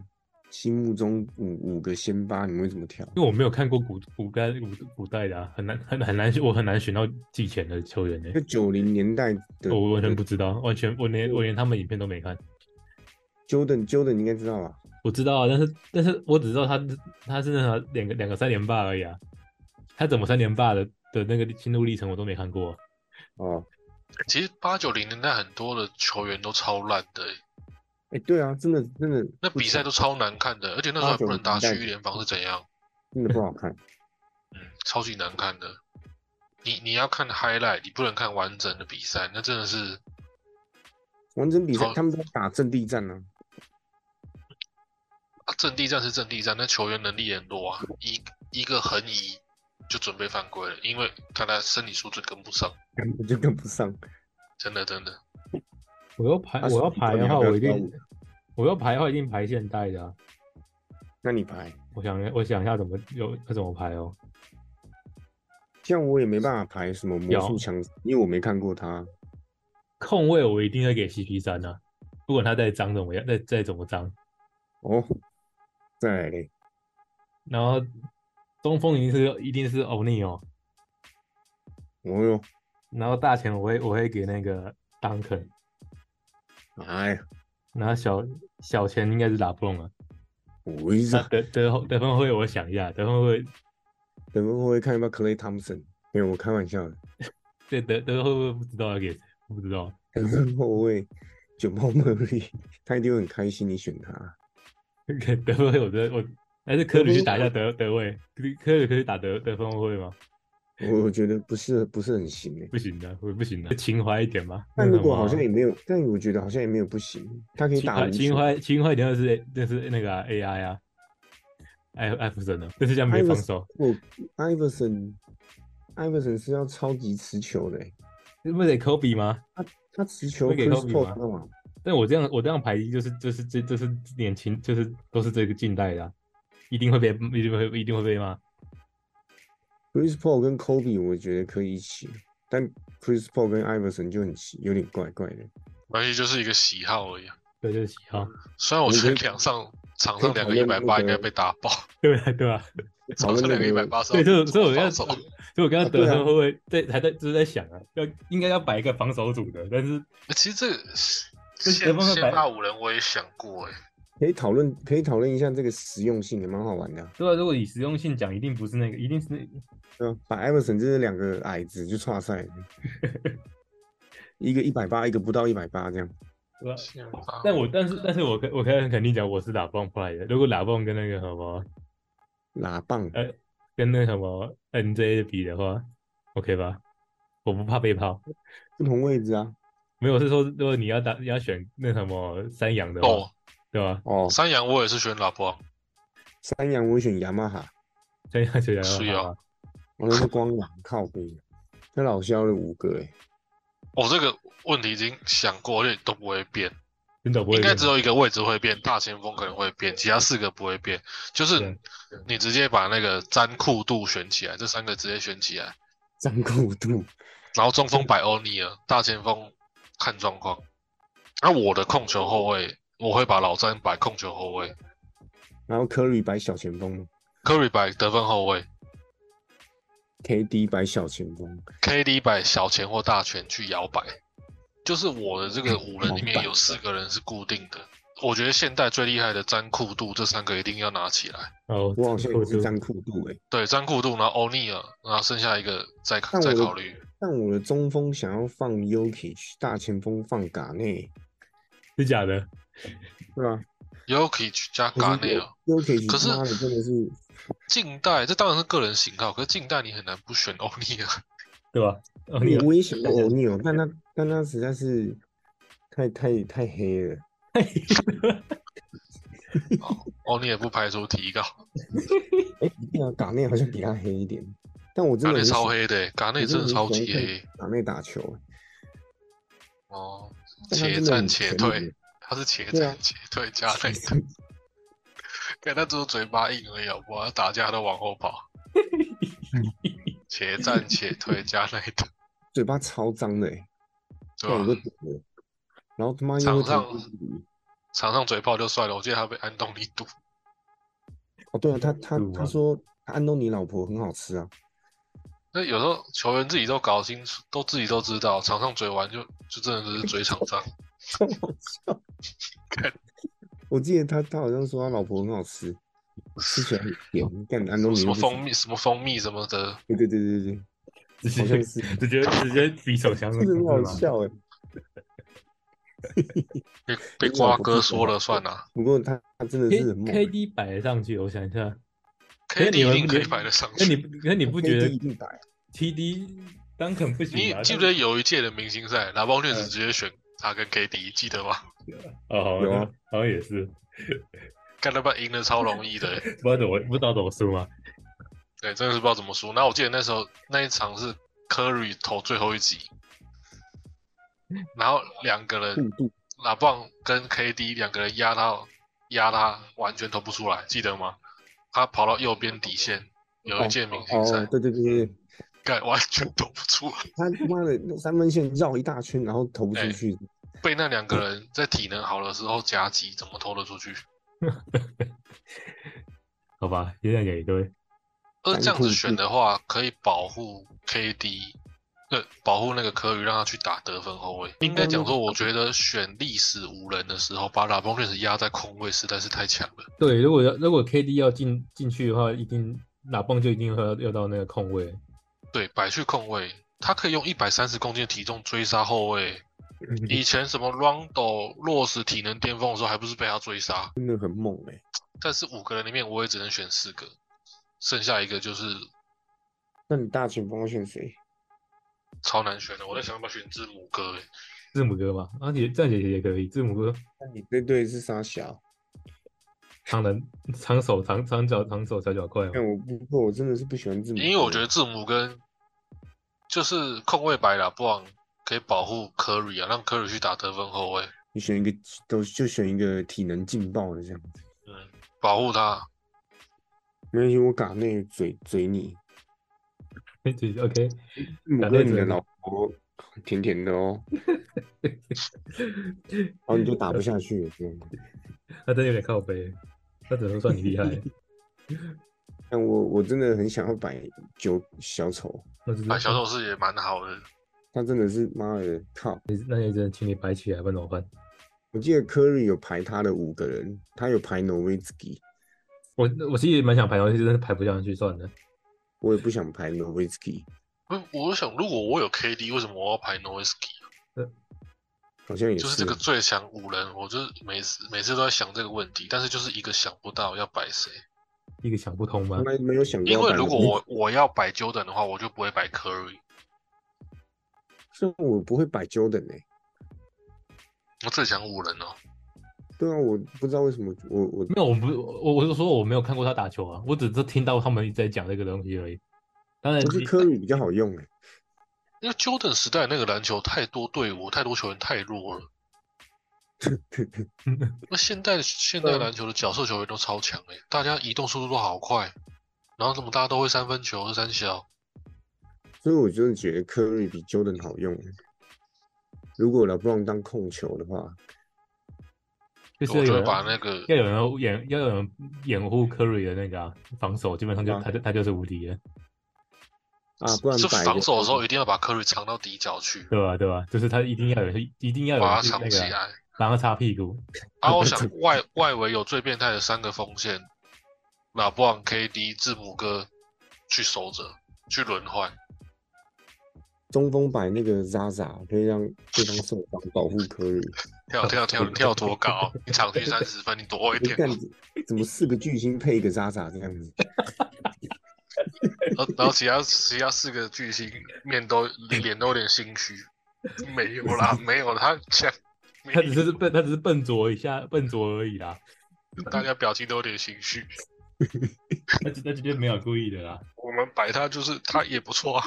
Speaker 1: 心目中五五个先八，你会怎么挑？
Speaker 3: 因为我没有看过古古代古古代的、啊，很难很很难，我很难选到季前的球员呢、
Speaker 1: 就九零年代的，
Speaker 3: 哦我完全不知道，完全我连我连他们影片都没看。
Speaker 1: Jordan Jordan 你应该知道吧？
Speaker 3: 我知道啊，但是但是我只知道他他是那啥两个两个三连霸而已啊，他怎么三连霸的的那个心路历程我都没看过啊、
Speaker 1: 哦，
Speaker 2: 其实八九零年代很多的球员都超烂的欸、
Speaker 1: 哎、对啊，真的真的
Speaker 2: 那比赛都超难看的，而且那时候还不能打区域联防是怎样，
Speaker 1: 真的不好看。
Speaker 2: 嗯，超级难看的。你你要看 highlight，你不能看完整的比赛，那真的是
Speaker 1: 完整比赛
Speaker 2: 好
Speaker 1: 他们都打阵地战啊，
Speaker 2: 啊阵地战是阵地战，那球员能力也很弱啊，一一个横移就准备犯规了，因为看他身体素质跟不上，
Speaker 1: 根本 (laughs) 就跟不上。
Speaker 2: 真的真的。
Speaker 3: 我要排
Speaker 1: 啊
Speaker 3: 我要
Speaker 1: 所以
Speaker 3: 排
Speaker 1: 你
Speaker 3: 的话，
Speaker 1: 要不要
Speaker 3: 我一
Speaker 1: 跳
Speaker 3: 定
Speaker 1: 舞
Speaker 3: 我要排的话一定排现代的、啊。
Speaker 1: 那你排，
Speaker 3: 我想我想一下怎么有要怎么排哦。
Speaker 1: 像我也没办法排什么魔
Speaker 3: 有
Speaker 1: 术强，因为我没看过他。
Speaker 3: 控卫我一定会给 CP 三啊，不管他再脏怎么样，再再怎么脏。
Speaker 1: 哦，再来嘞，
Speaker 3: 然后中锋一定是一定是欧尼哦，
Speaker 1: 哦哟，
Speaker 3: 然后大前我会我会给那个 Duncan，
Speaker 1: 哎，
Speaker 3: 然后小小前应该是啊打蹦了。
Speaker 1: 我一直
Speaker 3: 那得得后得分会我想一下，得分会
Speaker 1: 等会不会看要不要 Clay Thompson？没有，我开玩笑的。
Speaker 3: 这得得分会不知道要给谁，不知道。 (laughs)
Speaker 1: 等分后卫九毛莫利，他一定会很开心你选他。
Speaker 3: 给得分会我觉得我还是科
Speaker 1: 得
Speaker 3: 里去
Speaker 1: 分
Speaker 3: 打一下德德位，科里科里可以打得得分会吗？
Speaker 1: 我我觉得不是不是很行诶、
Speaker 3: 不行的，我不行的，情怀一点嘛。
Speaker 1: 但
Speaker 3: 那
Speaker 1: 如
Speaker 3: 什
Speaker 1: 果
Speaker 3: 么啊
Speaker 1: 好像也没有，但我觉得好像也没有不行，他可以
Speaker 3: 情
Speaker 1: 打
Speaker 3: 怀
Speaker 1: 无
Speaker 3: 情
Speaker 1: 球
Speaker 3: 怀情怀一点就是就是那个啊 AI 啊，艾艾弗森的，就是这样没
Speaker 1: 艾弗
Speaker 3: 防
Speaker 1: 森
Speaker 3: 守，
Speaker 1: 我 Iverson Iverson 哦是要超级持球的、欸，
Speaker 3: 这不是得科比吗？
Speaker 1: 他持球
Speaker 3: 会给
Speaker 1: Chris
Speaker 3: Kobe
Speaker 1: Paul
Speaker 3: 吗
Speaker 1: 知道吗？
Speaker 3: 但我这样我这样排一就是就是这就是年轻就是都是这个近代的啊、一定会被一定会一定会被骂。
Speaker 1: Chris Paul 跟 Kobe 我觉得可以一起，但 Chris Paul 跟 Iverson 就很奇有点怪怪的。
Speaker 2: 关系就是一个喜好而已啊。
Speaker 3: 对，就是喜好，
Speaker 2: 虽然我
Speaker 1: 你
Speaker 2: 觉得
Speaker 1: 可以
Speaker 2: 两上场
Speaker 1: 可以
Speaker 2: 上两
Speaker 1: 讨
Speaker 2: 个一
Speaker 1: 论
Speaker 2: 百
Speaker 1: 那
Speaker 2: 八应该
Speaker 1: 个
Speaker 2: 被打爆，
Speaker 3: 对吧？对吧？
Speaker 1: 讨
Speaker 2: 场
Speaker 1: 论
Speaker 2: 上两
Speaker 1: 那
Speaker 2: 一
Speaker 1: 个
Speaker 2: 百八十。
Speaker 3: 对就是所以我要
Speaker 2: 走，
Speaker 3: 所以我刚
Speaker 1: 啊
Speaker 3: 刚
Speaker 1: 对
Speaker 3: 得
Speaker 1: 啊
Speaker 3: 分会不会在还在就是在想啊，要应该要摆一个防守组的，但是
Speaker 2: 其实这个
Speaker 3: 这
Speaker 2: 现
Speaker 3: 得分会摆
Speaker 2: 现大五人我也想过哎、
Speaker 1: 可以讨论可以讨论一下这个实用性，也蛮好玩的啊。
Speaker 3: 对啊，如果以实用性讲，一定不是那个，一定是那
Speaker 1: 对啊，把 Iverson 这两个矮子就岔赛了，一个一百八，一个不到一百八这样。
Speaker 3: 对吧？
Speaker 2: 现发
Speaker 3: 但我但是但是我可我可以很肯定讲，我是打棒派的。如果打棒跟那个什么
Speaker 1: 拉棒，
Speaker 3: 呃跟那个什么 NJ 比的话，OK 吧？我不怕被泡。
Speaker 1: 不同位置啊。
Speaker 3: 没有是说，如果你要打你要选那什么三羊的话，
Speaker 2: 哦，
Speaker 3: 对吧？
Speaker 1: 哦，
Speaker 2: 山羊我也是选老婆，
Speaker 1: 山羊我选雅马哈，
Speaker 3: 三羊选羊
Speaker 2: 是
Speaker 3: 的
Speaker 2: 啊
Speaker 3: 话，
Speaker 1: 我那是光狼靠背， (laughs) 那老肖了五个哎、
Speaker 2: 我、哦这个问题已经想过，而且都不会变，
Speaker 3: 真的不会
Speaker 2: 应该
Speaker 3: 变
Speaker 2: 只
Speaker 3: 吗
Speaker 2: 有一个位置会变，大前锋可能会变，其他四个不会变。就是
Speaker 3: 对
Speaker 2: 你直接把那个詹库度选起来，这三个直接选起来，
Speaker 1: 张口度，
Speaker 2: 然后中锋摆欧尼尔，大前锋看状况。那、我的控球后卫，我会把老詹摆控球后卫，
Speaker 1: 然后科里摆小前锋
Speaker 2: 科瑞摆得分后卫
Speaker 1: ，KD 摆小前锋，
Speaker 2: ，KD 摆小前或大前去摇摆。就是我的这个五人里面
Speaker 1: 嗯
Speaker 2: 有四个人是固定的。我觉得现代最厉害的詹库度这三个一定要拿起来。
Speaker 3: 哦，
Speaker 1: 我好像也
Speaker 3: 我
Speaker 1: 是张库度哎、
Speaker 2: 对，詹库度，然后欧尼尔，然后剩下一个再
Speaker 1: 但我
Speaker 2: 再
Speaker 1: 的
Speaker 2: 考虑。
Speaker 1: 但我的中锋想要放 Yuki，大前锋放嘎内，
Speaker 3: 是假的，
Speaker 1: 对吧、啊？
Speaker 2: Yuki 加嘎内尔，
Speaker 1: Yuki
Speaker 2: 哦可是
Speaker 1: 妈的真的是
Speaker 2: 近代这当然是个人型号，可是近代你很难不选欧尼 (laughs) 尔。
Speaker 3: 对吧？哦，你
Speaker 1: 我我也想过 (laughs) 欧尼尔，但他但他实在是太太太黑了。
Speaker 2: 欧尼尔不排除提高，
Speaker 1: 哎、一定啊，港内好像比他黑一点，但我真
Speaker 2: 嘎
Speaker 1: 的
Speaker 2: 内
Speaker 1: 很喜
Speaker 2: 超黑的欸，嘎内
Speaker 1: 我
Speaker 2: 真
Speaker 1: 真
Speaker 2: 的
Speaker 1: 的
Speaker 2: 超
Speaker 1: 很喜欢
Speaker 2: 级
Speaker 1: 看
Speaker 2: 黑
Speaker 1: 港内打球，
Speaker 2: 哦，
Speaker 1: 但他
Speaker 2: 且
Speaker 1: 真的
Speaker 2: 战
Speaker 1: 很
Speaker 2: 且
Speaker 1: 全
Speaker 2: 退
Speaker 1: 能，
Speaker 2: 他是且
Speaker 1: 对啊
Speaker 2: 战 (laughs) 且退加内，看他只有嘴巴硬而已，好不好？他打架都往后跑，且战且退加内的，
Speaker 1: 嘴巴超脏的、欸，
Speaker 2: 对
Speaker 1: 对，我都
Speaker 3: 嗯
Speaker 2: 吧？
Speaker 1: 懂了。然后他妈又
Speaker 2: 场
Speaker 1: 会投出
Speaker 2: 上
Speaker 1: 去
Speaker 2: 场上嘴炮就算了，我记得他被安东尼堵，
Speaker 1: 哦，对啊，他他
Speaker 3: 路
Speaker 1: 他
Speaker 3: 啊
Speaker 1: 说安东尼老婆很好吃啊，
Speaker 2: 那有时候球员自己都搞清楚，都自己都知道，场上嘴完就就真的只是嘴场上。
Speaker 1: 超好笑。 (laughs) 我记得他他好像说他老婆很好吃，吃起来很
Speaker 2: (laughs)
Speaker 1: 甜，但安东
Speaker 3: 嗯
Speaker 1: 尼
Speaker 2: 什么
Speaker 1: 又不
Speaker 2: 蜂蜜、什么蜂蜜什么的，
Speaker 1: 行？对对对对
Speaker 2: (laughs)
Speaker 1: 对，
Speaker 3: 直
Speaker 1: 好
Speaker 3: 接
Speaker 1: 像是，
Speaker 3: 直接直接比手枪，
Speaker 1: 真的很好
Speaker 3: 是吗
Speaker 2: (laughs)
Speaker 1: 笑哎、
Speaker 2: 被被瓜哥说了算啊了。
Speaker 1: 不过他他真的是很猛
Speaker 3: K D 摆得上去，我想
Speaker 1: (laughs)
Speaker 3: 一下，
Speaker 2: K
Speaker 3: 可
Speaker 2: D
Speaker 3: 你
Speaker 2: 一
Speaker 3: 们
Speaker 2: 定可以摆得上
Speaker 3: 那你
Speaker 2: 去。
Speaker 3: 不那你不觉
Speaker 1: KD 一定
Speaker 3: 得
Speaker 1: 打
Speaker 3: T D 当肯不行
Speaker 2: 你
Speaker 3: 吗？
Speaker 2: 记不记得有一届的明星赛，拿包确
Speaker 3: 嗯
Speaker 2: 实直接选他跟 K D，记得吗
Speaker 3: 哦，好
Speaker 1: 有啊
Speaker 3: 像好像也是，
Speaker 2: 干他妈赢的超容易的、欸，
Speaker 3: 不知道怎么不知道怎么输吗？
Speaker 2: 对，真的是不知道怎么输。然后我记得那时候那一场是 Curry 投最后一集，然后两个人
Speaker 1: 速度
Speaker 2: 拉棒跟 KD 两个人压到压他，完全投不出来，记得吗？他跑到右边底线，有一届明星
Speaker 1: 哦
Speaker 2: 赛，，
Speaker 1: 对对对对，
Speaker 2: 嗯
Speaker 1: 对
Speaker 2: 盖、完全投不出来，
Speaker 1: 他他妈的那三分线绕一大圈，然后投不出
Speaker 2: 哎
Speaker 1: 去，
Speaker 2: 被那两个人在体能好的时候夹击，怎么投得出去？
Speaker 3: 好吧，现在也对，
Speaker 2: 而这样
Speaker 1: 残酷
Speaker 2: 子选的话，可以保护 KD，对，保护那个科宇，让他去打得分后卫。应该讲说，我觉得选历史无人的时候，把拉邦确实压在空位实在是太强了。
Speaker 3: 对，如果要如果 KD 要进进去的话，一定拿棒就一定要要到那个空位，
Speaker 2: 对，摆去空位，他可以用一百三十公斤的体重追杀后卫。
Speaker 3: 嗯
Speaker 1: 嗯
Speaker 2: 以前什么 Rondo 落实体能巅峰的时候，还不是被他追杀？
Speaker 1: 真的很猛哎、
Speaker 2: 但是五个人里面，我也只能选四个，剩下一个就是
Speaker 1: 那你大前锋要选谁？
Speaker 2: 超难选的。我在想要不要选字母哥、欸，
Speaker 3: 字母哥嘛，而且这样也也可以，字母哥
Speaker 1: 那你这队是沙小？
Speaker 3: 长人长手长长脚长手小脚快嘛，
Speaker 1: 但我不过我真的是不喜欢字母哥，
Speaker 2: 因为我觉得字母跟就是控卫白啦，不然可以保护科瑞啊，让科瑞去打得分后卫，
Speaker 1: 你选一个都就选一个体能劲爆的这样子，
Speaker 2: 嗯，保护他。
Speaker 1: 没关系，我嘎内嘴嘴你，嗯
Speaker 3: (laughs) 对 OK，
Speaker 1: 字母
Speaker 3: 嘎
Speaker 1: 哥
Speaker 3: 内
Speaker 1: 你的
Speaker 3: 嘴你
Speaker 1: 老婆甜甜的 (laughs) 哦，然哦后你就打不下去了这样。
Speaker 3: 那真的有点靠背，那只能算你
Speaker 1: (laughs)
Speaker 3: 厉害，
Speaker 1: 但我我真的很想要摆九小丑，
Speaker 3: 那就是
Speaker 2: 啊，小手是也蛮好的，
Speaker 1: 他真的是妈的靠！
Speaker 3: 那也只能请你摆起来，不然怎么办？
Speaker 1: 我记得 Curry 有排他的五个人，他有排 Nowitzki，
Speaker 3: 我我其实也蛮想排，但是真的排不下去，算了。
Speaker 1: 我也不想排 Nowitzki，
Speaker 2: 不是，我就想如果我有 KD，为什么我要排 n o i s k y
Speaker 1: 好像也
Speaker 2: 就是这个最强五人，我就是每次每次都在想这个问题，但是就是一个想不到要摆谁。
Speaker 3: 一个想不通吗
Speaker 1: 从？来没有想过
Speaker 2: 因
Speaker 1: 要摆 Nowitzki。
Speaker 2: 为如果我我要摆 Jordan 的话，我就不会摆 Curry，
Speaker 1: 是我不会摆 Jordan 哎、
Speaker 2: 我最强五人哦。
Speaker 1: 对啊，我不知道为什么我我
Speaker 3: 没有，我不，我我就说我没有看过他打球啊，我只是听到他们一直在讲这个东西而已。当然
Speaker 1: 我，是科比比较好用哎、
Speaker 2: 因为 Jordan 时代那个篮球太多队伍，太多球员太弱了。那现代现代篮球的角色球员都超强哎、大家移动速度都好快，然后怎么大家都会三分球、三小，
Speaker 1: 所以我真的觉得科瑞比 Jordan 好用、欸。如果 LeBron 当控球的话，
Speaker 3: 就是啊
Speaker 2: 我
Speaker 3: 要
Speaker 2: 就
Speaker 3: 有
Speaker 2: 会
Speaker 3: 人
Speaker 2: 把那个
Speaker 3: 要有人掩要有人掩护 Curry 的那个、啊、防守，基本上就、
Speaker 1: 啊
Speaker 3: 他就他就是无敌了，
Speaker 1: 啊，不然
Speaker 2: 就
Speaker 1: 摆
Speaker 2: 防守的时候一定要把科瑞藏到底角去，
Speaker 3: 对吧、对吧、就是他一定要有人一定要有
Speaker 2: 把
Speaker 3: 人
Speaker 2: 他
Speaker 3: 去
Speaker 2: 藏
Speaker 3: 那
Speaker 2: 起
Speaker 3: 个啊
Speaker 2: 来。
Speaker 3: 帮他擦屁股，
Speaker 2: 然后我想外外围有最变态的三个锋线，拉布朗、KD、字母哥去守着，去轮换。
Speaker 1: 中锋摆那个 Zaza 可以让对方受伤，保护科
Speaker 2: (laughs)
Speaker 1: 瑞。
Speaker 2: 跳跳跳跳多高？你场均三十分，你多会
Speaker 1: 你
Speaker 2: 点
Speaker 1: 看怎么四个巨星配一个 Zaza 这样子？
Speaker 2: 然后然后其他其他四个巨星面都脸都有点心虚，没有啦，没有他讲，没
Speaker 3: 他只是笨，他只是笨拙一下，笨拙而已啦，
Speaker 2: 大家表情都有点心虚。
Speaker 3: 那那绝对没有故意的啦，
Speaker 2: 我们摆他就是他也不错啊，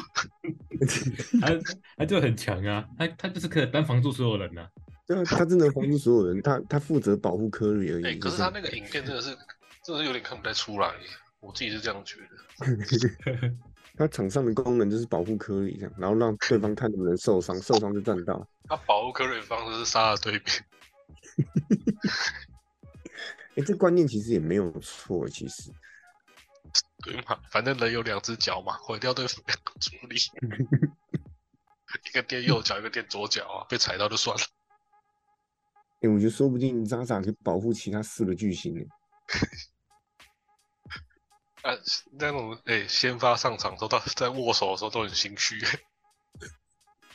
Speaker 3: 他他就很强啊，他他就是可以单防住所有人呐、
Speaker 1: 对啊，他真的防住所有人，他他负责保护科瑞而已。
Speaker 2: 哎、可
Speaker 1: 就是这
Speaker 2: 他
Speaker 1: 样
Speaker 2: 那个影片真的是，真的是有点看不太出来耶，我自己是这样觉得。
Speaker 1: 他场上的功能就是保护科瑞这样，然后让对方看能不能受伤，受伤就站到。
Speaker 2: 他保护科瑞的方式是杀了对面，
Speaker 1: 哎、这观念其实也没有错，其实。
Speaker 2: 对嘛？反正人有两只脚嘛，毁掉对方两个 (laughs) 主力，一个垫右脚，一个垫左脚啊，被踩到就算了。
Speaker 1: 哎、我觉得说不定渣渣可以保护其他四个巨星呢。
Speaker 2: 啊，那种哎、先发上场的时候，到在握手的时候都很心虚。 (laughs)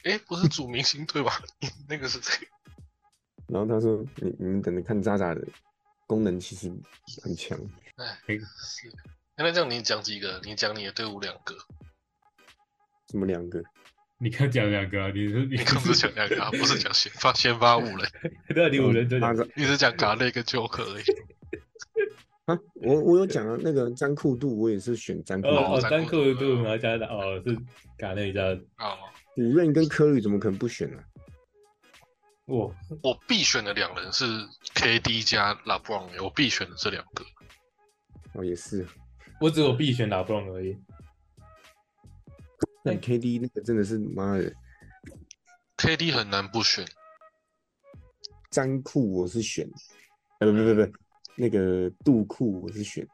Speaker 2: 哎、不是主明星队吧？那个是谁？
Speaker 1: 然后他说：“你你们等着看渣渣的功能其实很强。
Speaker 2: 是。哎那这样你讲几个？你讲你的队伍两个，
Speaker 1: 什么两个？
Speaker 3: 你刚讲两个、啊，你是你
Speaker 2: 你刚只讲两个、啊，不是讲先发先发五人，
Speaker 3: (laughs) 对啊，你五人就
Speaker 1: 渣
Speaker 3: 讲
Speaker 1: 渣
Speaker 2: 你只讲嘎内跟 Joker 而已。
Speaker 1: 啊，我我有讲啊，那个詹库杜，我也是选詹库
Speaker 3: 哦
Speaker 1: 杜
Speaker 3: 哦，
Speaker 2: 在
Speaker 3: 单
Speaker 2: 过
Speaker 3: 克
Speaker 2: 程
Speaker 3: 杜
Speaker 2: 中
Speaker 3: 然后加上哦是卡内加
Speaker 2: 啊，
Speaker 1: 古任跟科里怎么可能不选呢、啊
Speaker 3: 哇，
Speaker 2: 我必选的两人是 KD 加拉布朗，我必选的这两个。
Speaker 1: 哦，也是，
Speaker 3: 我只有必选拉布朗而已。
Speaker 1: 但 KD 那个真的是妈的，
Speaker 2: KD 很难不选，
Speaker 1: 詹库我是选，呃，不不不不，那个杜库我是选的。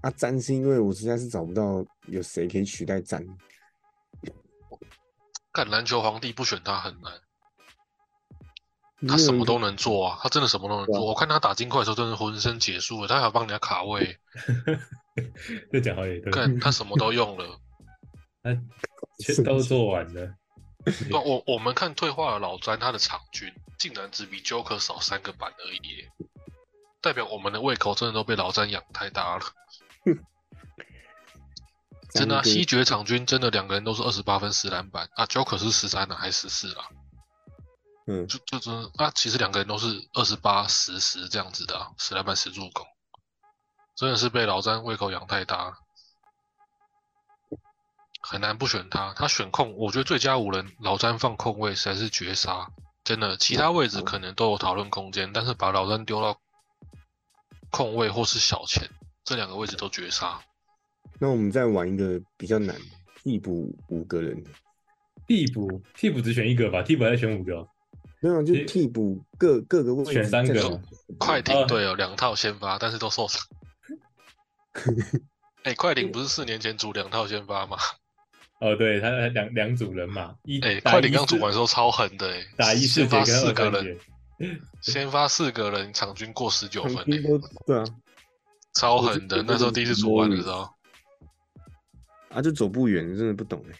Speaker 1: 啊，詹是因为我实在是找不到有谁可以取代詹，
Speaker 2: 看篮球皇帝不选他很难，
Speaker 1: 没有
Speaker 2: 他什么
Speaker 1: 人
Speaker 2: 都能做啊，他真的什么都能
Speaker 1: 对
Speaker 2: 做。
Speaker 1: 啊
Speaker 2: 我看他打金块的时候真的浑身解数了，他还有帮人家卡位，
Speaker 3: 这讲好也对，
Speaker 2: 看他什么都用了。
Speaker 3: 他
Speaker 1: 是
Speaker 3: 全都做完了。
Speaker 2: 对啊我我们看退化的老詹，他的场均竟然只比 Joker 少三个板而已耶，代表我们的胃口真的都被老詹养太大了。真的、啊，
Speaker 1: 詹
Speaker 2: 西
Speaker 1: 跟
Speaker 2: 决场均真的两个人都是二十八分十篮板啊，Joker 是十三了还是十四啦？
Speaker 1: 嗯，
Speaker 2: 就就真的啊，其实两个人都是二十八十十这样子的、啊，十篮板十助攻，真的是被老詹胃口养太大了，很难不选他。他选控，我觉得最佳五人老詹放控位实在是绝杀，真的，其他位置可能都有讨论空间，但是把老詹丢到控位或是小前这两个位置都绝杀。
Speaker 1: 那我们再玩一个比较难，替补五个人，
Speaker 3: 替补替补只选一个吧，替补还选五个哦，
Speaker 1: 没有就
Speaker 3: 替
Speaker 1: 替补各各个位置
Speaker 3: 选三
Speaker 1: 再
Speaker 3: 个
Speaker 1: 选
Speaker 3: 哦
Speaker 2: 快
Speaker 3: 呃
Speaker 2: 艇队有两套先发，但是都受
Speaker 3: (laughs)
Speaker 2: 伤。哎、快艇不是四年前组两套先发吗？
Speaker 3: 哦，对他他两两组人马，一
Speaker 2: 哎、
Speaker 3: 打
Speaker 2: 快艇
Speaker 3: 一
Speaker 2: 刚组
Speaker 3: 四
Speaker 2: 完的时候超狠的、哎，
Speaker 3: 打一四
Speaker 2: 先
Speaker 3: 节
Speaker 2: 发
Speaker 3: 跟
Speaker 2: 四
Speaker 3: 二
Speaker 2: 个
Speaker 3: 三
Speaker 2: 人，
Speaker 3: 节，
Speaker 2: 先发四个人，场均过十九分、
Speaker 1: 场均
Speaker 2: 哎，
Speaker 1: 都对啊，
Speaker 2: 超狠的。那时候第一次组完的时候，
Speaker 1: 啊就走不远，真的不懂哎、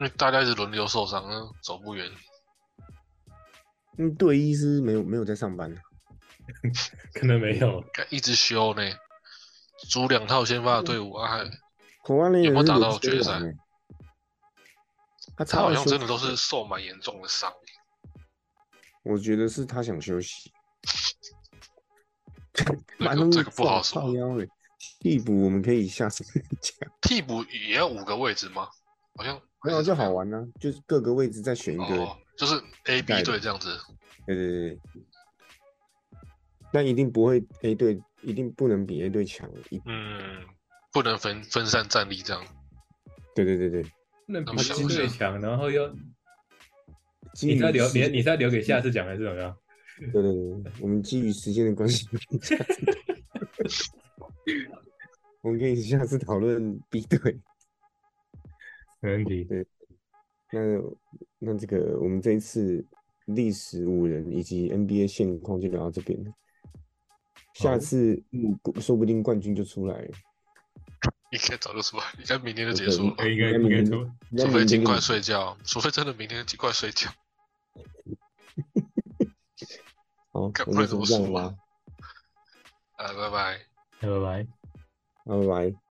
Speaker 2: 因为大家一直轮流受伤，嗯走不远。
Speaker 1: 嗯，队医是没有没有在上班的，
Speaker 3: 可能没有。
Speaker 2: 干一直休呢，组两套先发的队伍啊，还
Speaker 3: 嗯
Speaker 1: 口湾那
Speaker 2: 有没有
Speaker 1: 人
Speaker 2: 打到决
Speaker 1: 赛？
Speaker 2: 赛
Speaker 1: 欸他
Speaker 2: 他
Speaker 1: 超
Speaker 2: 好像真的都是，受蛮严重的伤。
Speaker 1: 我觉得是他想休息。
Speaker 2: 这
Speaker 1: 把
Speaker 2: 个
Speaker 1: 东西
Speaker 2: 这个不好说
Speaker 1: 靠腰欸替补我们可以下次 (laughs) 再讲，
Speaker 2: 替补也要五个位置吗？好像
Speaker 1: 没有就好玩呢、就是各个位置再选一个，
Speaker 2: 哦，就是 A
Speaker 1: 盖的
Speaker 2: B 队这样子。
Speaker 1: 对对对对。但一定不会 A 队，一定不能比 A 队强，一
Speaker 2: 嗯，不能分分散战力这样。
Speaker 1: 对对对对。
Speaker 3: 那
Speaker 2: 那
Speaker 3: 比
Speaker 2: 不
Speaker 3: 金
Speaker 2: 行不
Speaker 3: 队
Speaker 2: 行
Speaker 3: 强，然后又
Speaker 1: 基
Speaker 3: 你
Speaker 1: 于
Speaker 3: 再留
Speaker 1: 时
Speaker 3: 你
Speaker 1: 间
Speaker 3: 你再留给下次讲还是怎么样？
Speaker 1: 对对对，对我们基于时间的关系， (laughs) 我们可以下次讨论 B 队。
Speaker 3: 没问题。
Speaker 1: 那那这个我们这一次历史五人以及 NBA 现况就聊到这边了。
Speaker 3: 好
Speaker 1: 下次嗯，说不定冠军就出来了，
Speaker 2: 应该早就出来，应该明天就结束了，
Speaker 3: 应该应该出
Speaker 1: 那
Speaker 2: 除非
Speaker 1: 明天
Speaker 2: 尽快
Speaker 1: 就
Speaker 2: 睡觉，除非真的明天尽快睡觉。
Speaker 1: 好，
Speaker 2: 看
Speaker 1: 我
Speaker 2: 不
Speaker 1: 们
Speaker 2: 然
Speaker 1: 就
Speaker 2: 怎么
Speaker 1: 这样
Speaker 2: 输啊
Speaker 1: 吧，
Speaker 2: 呃，拜拜。
Speaker 3: 拜拜。
Speaker 1: 拜拜。